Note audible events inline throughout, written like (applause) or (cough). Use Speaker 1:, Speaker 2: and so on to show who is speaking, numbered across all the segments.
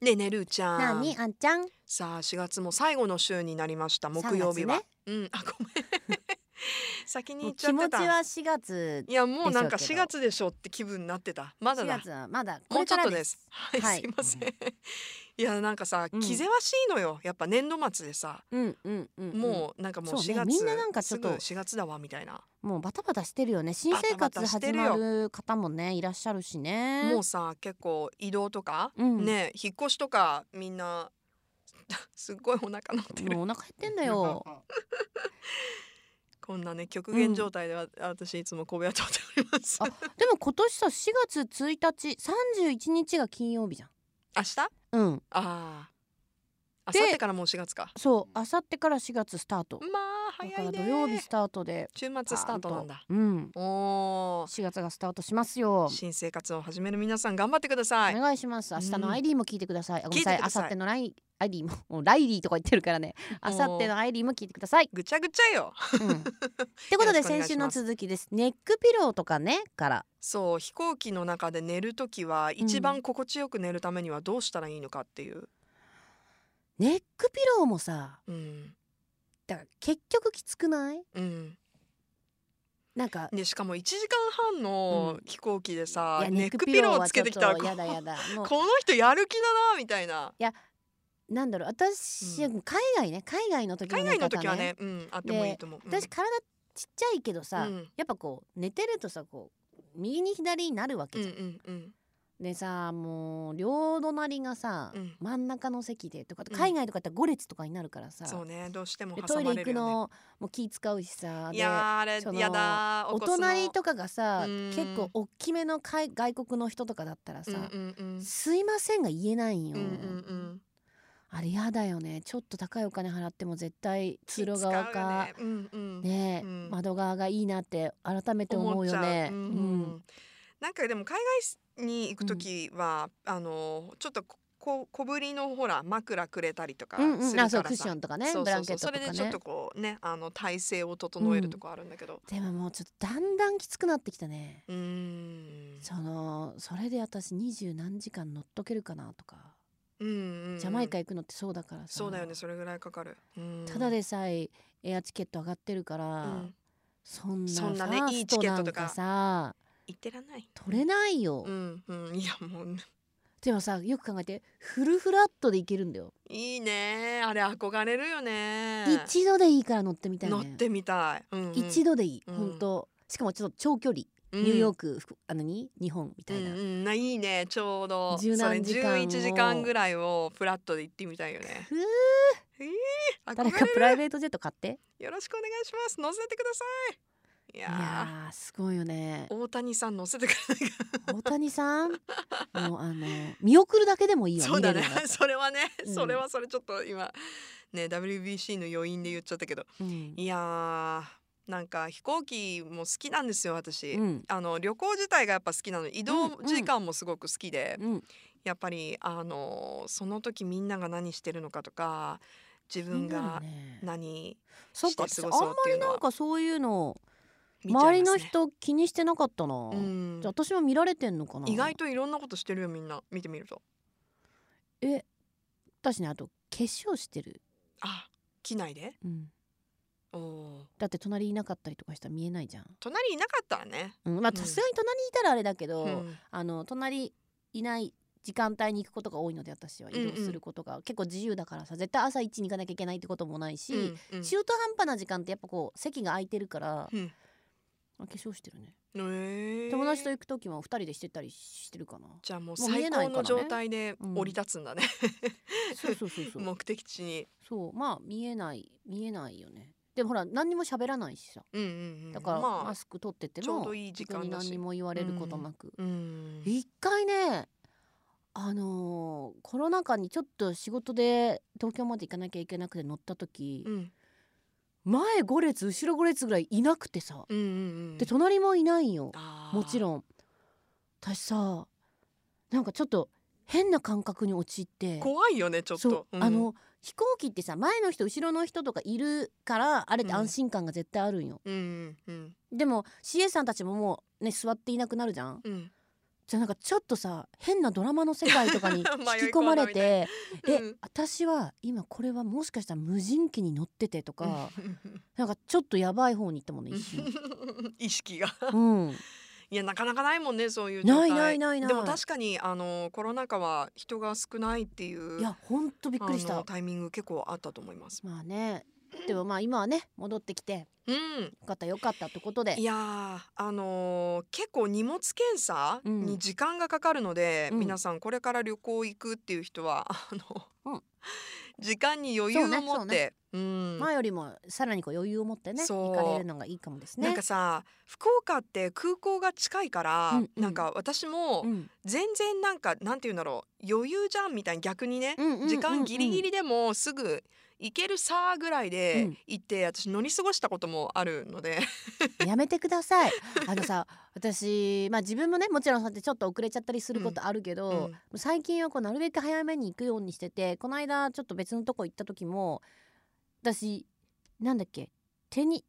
Speaker 1: ねえねるーちゃ
Speaker 2: なんにあんちゃん
Speaker 1: さあ4月も最後の週になりました木曜日は、
Speaker 2: 三
Speaker 1: うんあごめん (laughs) 先に
Speaker 2: も
Speaker 1: 言っ
Speaker 2: う
Speaker 1: ちゃ
Speaker 2: 気
Speaker 1: って
Speaker 2: 持ち
Speaker 1: た
Speaker 2: は4月
Speaker 1: いやもうなんか
Speaker 2: でしょ
Speaker 1: 4
Speaker 2: うけど
Speaker 1: 月でしょって気分になってたまだ
Speaker 2: 4
Speaker 1: だ
Speaker 2: 月はまだこ
Speaker 1: もう
Speaker 2: れ
Speaker 1: ちょ
Speaker 2: か
Speaker 1: っ
Speaker 2: ら
Speaker 1: と
Speaker 2: で
Speaker 1: ですすはい、
Speaker 2: はい
Speaker 1: すいませんいやなんかさ
Speaker 2: うん
Speaker 1: 気ぜわしいのよやっぱ年度末でさ
Speaker 2: うんうんうんうん
Speaker 1: もうなんかもう
Speaker 2: そうね
Speaker 1: 4月、
Speaker 2: みんななんかち
Speaker 1: す
Speaker 2: ょっ
Speaker 1: ぐ
Speaker 2: と
Speaker 1: 4月だわみたいな
Speaker 2: もうバタバタしてるよね新生
Speaker 1: バタバタ
Speaker 2: 活
Speaker 1: して
Speaker 2: 始
Speaker 1: るよ
Speaker 2: まる方もねいらっしゃるしね
Speaker 1: もうさ結構移動とか、
Speaker 2: うん
Speaker 1: ね引っ越しとかみんな (laughs) すっごいお腹乗ってる
Speaker 2: もうお腹減ってん
Speaker 1: (laughs)
Speaker 2: だよ
Speaker 1: こんなね極限
Speaker 2: うん
Speaker 1: 状態でわ私いつも小部屋取っております
Speaker 2: あでも今年さ4月1日31日が金曜日じゃん
Speaker 1: 明日あ
Speaker 2: うん
Speaker 1: ああ
Speaker 2: で
Speaker 1: さってからもう4月か
Speaker 2: そう明後日から4月スタート
Speaker 1: まあ
Speaker 2: だ
Speaker 1: 早
Speaker 2: か
Speaker 1: い
Speaker 2: ら
Speaker 1: ね
Speaker 2: 土曜日スタートで
Speaker 1: 週末スタートなんだ
Speaker 2: パーンとうん
Speaker 1: おー
Speaker 2: 4月がスタートしますよ
Speaker 1: 新生活を始める皆さん頑張ってください
Speaker 2: お願いします明日
Speaker 1: うん
Speaker 2: のアイリーも聞いてください、あごめんな
Speaker 1: 聞いてくだ
Speaker 2: さ
Speaker 1: さい
Speaker 2: い明後日のライアイリーももうライリーとか言ってるからね明後日のアイリーも聞いてください、
Speaker 1: ぐちゃぐちゃよ (laughs)
Speaker 2: うん、ってこと
Speaker 1: よろし
Speaker 2: で
Speaker 1: くお願いします
Speaker 2: 先週の続きですネックピローとかねから
Speaker 1: そう飛行機の中で寝るときは一番心地よく寝るためにはどうしたらいいのかっていう、
Speaker 2: ネックピローもさ
Speaker 1: うん
Speaker 2: だから結局きつくない
Speaker 1: うん、
Speaker 2: なんか
Speaker 1: でしかも1時間半の飛行機でさ
Speaker 2: い、や
Speaker 1: ネックピローをつけてきたら
Speaker 2: ネック
Speaker 1: こ
Speaker 2: ピローはちょっとやだや
Speaker 1: (laughs)
Speaker 2: だもう
Speaker 1: この人やる気だなみたいな
Speaker 2: なんだろう私、
Speaker 1: う
Speaker 2: 海外ね海外の時の
Speaker 1: 海
Speaker 2: 寝
Speaker 1: 外
Speaker 2: 方、ね、
Speaker 1: の時はね、うん、あってもいいと思う、うん
Speaker 2: 私体ちっちゃいけどさ、
Speaker 1: うん
Speaker 2: やっぱこう寝てるとさこう右に左になるわ
Speaker 1: う
Speaker 2: け
Speaker 1: ん
Speaker 2: じゃ
Speaker 1: う、
Speaker 2: ん
Speaker 1: んうん
Speaker 2: でさもう両隣がさ、
Speaker 1: うん
Speaker 2: 真ん中の席でとかあと
Speaker 1: うん
Speaker 2: 海外とかって5列とかになるからさ、
Speaker 1: そうねどうしても
Speaker 2: で
Speaker 1: 挟
Speaker 2: トイ
Speaker 1: ま
Speaker 2: レ
Speaker 1: れ
Speaker 2: 行
Speaker 1: る
Speaker 2: く
Speaker 1: よね
Speaker 2: のも気使うしさ
Speaker 1: い
Speaker 2: で
Speaker 1: やーあれ
Speaker 2: その
Speaker 1: やだー
Speaker 2: お
Speaker 1: 起こすの
Speaker 2: 隣とかがさ
Speaker 1: うーん
Speaker 2: 結構大きめの海外国の人とかだったらさ
Speaker 1: うん
Speaker 2: 「
Speaker 1: うんうん
Speaker 2: すいません」が言えないんよ、
Speaker 1: うんうんうん
Speaker 2: あれやだよねちょっと高いお金払っても絶対通路側
Speaker 1: 気使うよ
Speaker 2: か
Speaker 1: ねうんうん
Speaker 2: ねえ
Speaker 1: うん
Speaker 2: 窓側がいいなって改めて思うよね。
Speaker 1: 思っちゃう
Speaker 2: う
Speaker 1: うん
Speaker 2: ん
Speaker 1: なんかでも海外に行く時は、あのちょっとここ小ぶりのほら枕くれたりとかす
Speaker 2: う
Speaker 1: るか
Speaker 2: ん
Speaker 1: ら
Speaker 2: う
Speaker 1: さ、
Speaker 2: ん、あそうクッションとかね
Speaker 1: そうそうそう
Speaker 2: ブランケットとか
Speaker 1: それ
Speaker 2: ね
Speaker 1: でちょっとこうねあの体勢を整えるとこあるんだけど
Speaker 2: でももうちょっとだんだんきつくなってきたね
Speaker 1: うーん
Speaker 2: そのそれで私二十何時間乗っとけるかなとか、
Speaker 1: うんうんうん
Speaker 2: ジャマイカ行くのってそうだからさ
Speaker 1: そうだよねそれぐらいかかる、うん
Speaker 2: ただでさえエアチケット上がってるから、
Speaker 1: うん
Speaker 2: そんな
Speaker 1: そんなね
Speaker 2: ファー
Speaker 1: い
Speaker 2: ス
Speaker 1: いチケッ
Speaker 2: な
Speaker 1: ト
Speaker 2: ん
Speaker 1: とか
Speaker 2: かさ
Speaker 1: 行ってらんない
Speaker 2: 取れないよ、
Speaker 1: うんうんいやもう
Speaker 2: でもさよく考えてフルフラットで行けるんだよ、
Speaker 1: いいねあれ憧れるよね
Speaker 2: 一度でいいから乗ってみたいね
Speaker 1: 乗ってみたい、うんうん、
Speaker 2: 一度でいい、
Speaker 1: うん
Speaker 2: ほんとしかもちょっと長距離、
Speaker 1: うん
Speaker 2: ニューヨークふくあのに日本みたいな、
Speaker 1: うんうん、ないいねちょうど
Speaker 2: 十何時間を
Speaker 1: それ11時間ぐらいをフラットで行ってみたいよね
Speaker 2: ふう
Speaker 1: あ
Speaker 2: 誰かプライベートジェット買って
Speaker 1: よろしくお願いします乗せてくださいい
Speaker 2: い
Speaker 1: やー
Speaker 2: やーすごいよね
Speaker 1: 大谷さん乗せてくれないか
Speaker 2: 大谷さんもうあの見送るだけでもいいよ
Speaker 1: そうだね
Speaker 2: 見れるんった
Speaker 1: (laughs)
Speaker 2: ら
Speaker 1: それはね、
Speaker 2: うん
Speaker 1: それはそれちょっと今ね WBC の余韻で言っちゃったけど
Speaker 2: うん
Speaker 1: いやーなんか飛行機も好きなんですよ私、
Speaker 2: うん
Speaker 1: あの旅行自体がやっぱ好きなの移動
Speaker 2: うんうん
Speaker 1: 時間もすごく好きで、
Speaker 2: うん
Speaker 1: やっぱりあのその時みんなが何してるのかとか自分
Speaker 2: みんなの
Speaker 1: が
Speaker 2: ね
Speaker 1: 何
Speaker 2: そっか
Speaker 1: して
Speaker 2: 私
Speaker 1: 過
Speaker 2: あん
Speaker 1: ごそう
Speaker 2: ま
Speaker 1: っていう
Speaker 2: り
Speaker 1: のは
Speaker 2: なんかそういうの
Speaker 1: 見ちゃ
Speaker 2: 周
Speaker 1: い
Speaker 2: り
Speaker 1: ます
Speaker 2: の
Speaker 1: ね、
Speaker 2: 人気にしてなかったな、
Speaker 1: うん
Speaker 2: じゃあ私も見られてんのかな
Speaker 1: 意外といろんなことしてるよみんな見てみると
Speaker 2: え私ねあと化粧してる、
Speaker 1: あ機内で
Speaker 2: うん、
Speaker 1: おー
Speaker 2: だって隣いなかったりとかしたら見えないじゃん、
Speaker 1: 隣いなかったらね、
Speaker 2: うん、ま
Speaker 1: う
Speaker 2: あ
Speaker 1: ん
Speaker 2: さすがに隣にいたらあれだけど、
Speaker 1: うん
Speaker 2: あの隣いない時間帯に行くことが多いので私は移動することが、結構自由だからさ絶対朝一に行かなきゃいけないってこともないし、
Speaker 1: うんうん
Speaker 2: 中途半端な時間ってやっぱこう席が空いてるから、
Speaker 1: うん
Speaker 2: あ化粧してるね
Speaker 1: えー
Speaker 2: 友達と行く時も2人でしてたりしてるか
Speaker 1: (laughs)
Speaker 2: な
Speaker 1: じゃあもう
Speaker 2: もう見え
Speaker 1: 最
Speaker 2: ない
Speaker 1: 高の
Speaker 2: からね
Speaker 1: 状態で
Speaker 2: うん
Speaker 1: 降り立つんだね
Speaker 2: そうそうそうそ
Speaker 1: (laughs)
Speaker 2: う
Speaker 1: 目的地に
Speaker 2: そうまあ見えない見えないよねでもほら何にも喋らないしさ
Speaker 1: うんうんうん
Speaker 2: だから
Speaker 1: まあ
Speaker 2: マスク取ってて
Speaker 1: ちょう
Speaker 2: も
Speaker 1: どいい時
Speaker 2: 特に
Speaker 1: 間だ
Speaker 2: 何
Speaker 1: し
Speaker 2: にも言われることなく
Speaker 1: うん
Speaker 2: 一回ねあのーコロナ禍にちょっと仕事で東京まで行かなきゃいけなくて乗った時
Speaker 1: うん
Speaker 2: 前5列後ろ5列ぐらいいなくてさ
Speaker 1: うんうんうん
Speaker 2: で隣もいないんよもち
Speaker 1: ん
Speaker 2: ろん私さなんかちょっと変な感覚に陥って
Speaker 1: 怖いよねちょっと
Speaker 2: そう、
Speaker 1: うん
Speaker 2: あの飛行機ってさ前の人後ろの人とかいるからあれって安心感が絶対あるんよ、
Speaker 1: うんうんうん
Speaker 2: でも CA さんたちももうね座っていなくなるじゃん
Speaker 1: うん
Speaker 2: じゃあなんかちょっとさ変なドラマの世界
Speaker 1: (laughs)
Speaker 2: とかに引き込まれて
Speaker 1: 迷い込んだみたい
Speaker 2: え、
Speaker 1: うん
Speaker 2: 私は今これはもしかしたら無人機に乗っててとか、
Speaker 1: うん
Speaker 2: なんかちょっとやばい方に行ったもんね一瞬
Speaker 1: (laughs) 意識が (laughs)
Speaker 2: うん
Speaker 1: いやなかなかないもんねそういう状
Speaker 2: な
Speaker 1: 態
Speaker 2: いないないない
Speaker 1: でも確かにあのコロナ禍は人が少ないっていう
Speaker 2: いやほんとびっくりし
Speaker 1: あ
Speaker 2: た
Speaker 1: のタイミング結構あったと思います。
Speaker 2: まあねでもまあ今はね戻ってきてよ
Speaker 1: うん、
Speaker 2: かったよかったってことで
Speaker 1: いやーあのー結構荷物検査
Speaker 2: うん
Speaker 1: に時間がかかるので、
Speaker 2: うん
Speaker 1: 皆さんこれから旅行行くっていう人は (laughs) あの、
Speaker 2: うん
Speaker 1: 時間に余裕を
Speaker 2: そうね
Speaker 1: 持ってう,、ん、
Speaker 2: 前よりもさらにこう余裕を持ってね
Speaker 1: そう
Speaker 2: 行かれるのがいいかもですね。
Speaker 1: なんかさ福岡って空港が近いから、
Speaker 2: うんうん
Speaker 1: なんか私も
Speaker 2: うん
Speaker 1: 全然なんかなんて言うんだろう余裕じゃんみたいな逆にね、
Speaker 2: うんうんうんうん
Speaker 1: 時間ギリギリでもすぐ行けるさーぐらいで
Speaker 2: うん
Speaker 1: 行って、私乗り過ごしたこともあるので
Speaker 2: やめてください。あのさ私まあ自分もねもちろんそうやってちょっと遅れちゃったりすることあるけど、
Speaker 1: うん
Speaker 2: 最近はこうなるべく早めに行くようにしててこの間ちょっと別のとこ行った時も私なんだっけ手に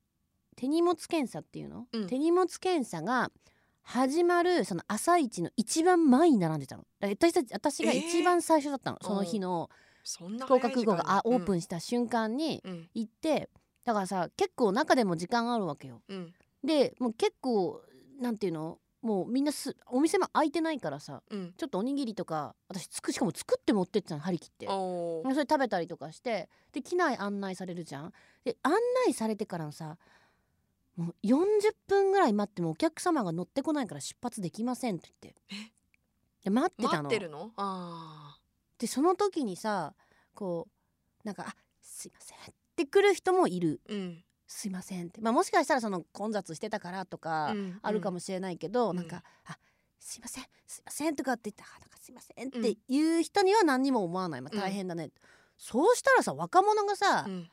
Speaker 2: 手荷物検査っていうの、
Speaker 1: うん
Speaker 2: 手荷物検査が始まるその朝一の一番前に並んでたのだから私たち私が
Speaker 1: えー
Speaker 2: 一番最初だったの、その日の
Speaker 1: そんな
Speaker 2: 福
Speaker 1: 早い
Speaker 2: 岡空
Speaker 1: 時
Speaker 2: 港
Speaker 1: 間
Speaker 2: があオープ
Speaker 1: ン、
Speaker 2: ンした瞬間に
Speaker 1: うん
Speaker 2: 行ってだからさ結構中でも時間あるわけよ
Speaker 1: うん
Speaker 2: でもう結構なんていうのもうみんなすお店も開いてないからさ
Speaker 1: うん
Speaker 2: ちょっとおにぎりとか私つくしかも作って持ってってたの張り切って
Speaker 1: うん、おー
Speaker 2: それ食べたりとかしてで機内案内されるじゃんで案内されてからのさもう40分ぐらい待ってもお客様が乗ってこないから出発できませんって言ってで待ってた
Speaker 1: 待っ
Speaker 2: の
Speaker 1: てるのあ
Speaker 2: でその時にさこうなんか「あすいません」って来る人もいる
Speaker 1: ー、うん
Speaker 2: 「すいません」って、まあ、もしかしたらその混雑してたからとか、
Speaker 1: うん
Speaker 2: あるか
Speaker 1: も、
Speaker 2: もしれないけど、
Speaker 1: うん
Speaker 2: なんか「あすいませんすいません」とかって言ってあなんかすいません」っていう人には何にも思わない、まあ、
Speaker 1: うん
Speaker 2: 大変だね、そうしたらさ若者がさ
Speaker 1: う
Speaker 2: 「
Speaker 1: ん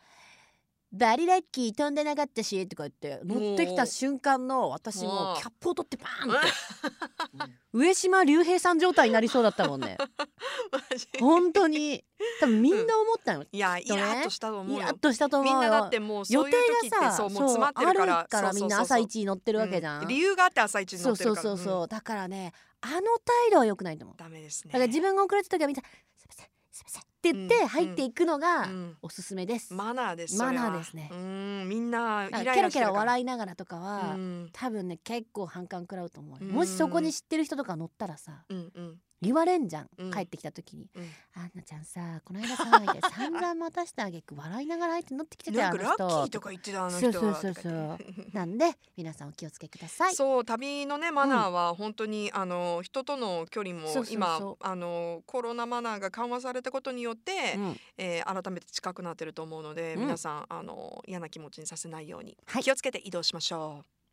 Speaker 2: バリラッキー飛んでなかったし」とか言って乗ってきた瞬間の私
Speaker 1: も
Speaker 2: も
Speaker 1: う
Speaker 2: キャップを取ってバーンって上島竜兵さん状態になりそうだったもん
Speaker 1: (laughs)
Speaker 2: ね
Speaker 1: (laughs) マジ
Speaker 2: 本当に多分みんな思ったよ、
Speaker 1: いや
Speaker 2: き
Speaker 1: イ
Speaker 2: っとね
Speaker 1: ラッとしたと思う
Speaker 2: イ
Speaker 1: よ
Speaker 2: ラッとしたと思う
Speaker 1: み
Speaker 2: よ
Speaker 1: んなだってもう
Speaker 2: 予
Speaker 1: そうい
Speaker 2: 定
Speaker 1: う時って
Speaker 2: がさ
Speaker 1: そうもう詰まってるから
Speaker 2: あるから
Speaker 1: そうそ
Speaker 2: みん
Speaker 1: うそう
Speaker 2: な朝一に乗ってるわけじゃん、
Speaker 1: うん理由があって朝一に
Speaker 2: そ
Speaker 1: 乗
Speaker 2: う
Speaker 1: って
Speaker 2: そ
Speaker 1: る
Speaker 2: う
Speaker 1: から
Speaker 2: そうそう、
Speaker 1: うん
Speaker 2: だからねあの態度は良くないと思う
Speaker 1: ダメですね
Speaker 2: だから自分が遅れた時はみんな「すいませんすいません」って言って
Speaker 1: うん
Speaker 2: 入っていくのが
Speaker 1: うん
Speaker 2: おすすめです、
Speaker 1: マナーです
Speaker 2: マナー
Speaker 1: それは
Speaker 2: ですね
Speaker 1: うんみんなイラ
Speaker 2: だ
Speaker 1: イ
Speaker 2: か
Speaker 1: ラ
Speaker 2: ら
Speaker 1: して
Speaker 2: ケ
Speaker 1: る
Speaker 2: ラケラ
Speaker 1: い
Speaker 2: 笑いながらとかは、
Speaker 1: うん
Speaker 2: 多分ね結構反感食らうと思うよ、
Speaker 1: うん
Speaker 2: もしそこに知ってる人とか乗ったらさ
Speaker 1: うんうん
Speaker 2: 言われんじゃん、
Speaker 1: うん
Speaker 2: 帰ってきた時に
Speaker 1: うん
Speaker 2: 「あんなちゃんさこの間騒
Speaker 1: (laughs)
Speaker 2: いで散々待たしてあげく笑いながら入って乗ってきてたよ
Speaker 1: な
Speaker 2: あ
Speaker 1: んか
Speaker 2: の
Speaker 1: ラ
Speaker 2: 人」
Speaker 1: ッキーとか言ってたあの人は
Speaker 2: そうそうそうそう
Speaker 1: とか言って
Speaker 2: なんで皆さんお気をつけください。
Speaker 1: そう旅のねマナーは本当に、あの人との距離も
Speaker 2: そうそうそう
Speaker 1: 今あのコロナマナーが緩和されたことによって、
Speaker 2: うん
Speaker 1: えー改めて近くなってると思うので、
Speaker 2: うん
Speaker 1: 皆さんあの嫌な気持ちにさせないように
Speaker 2: はい
Speaker 1: 気をつけて移動しましょう。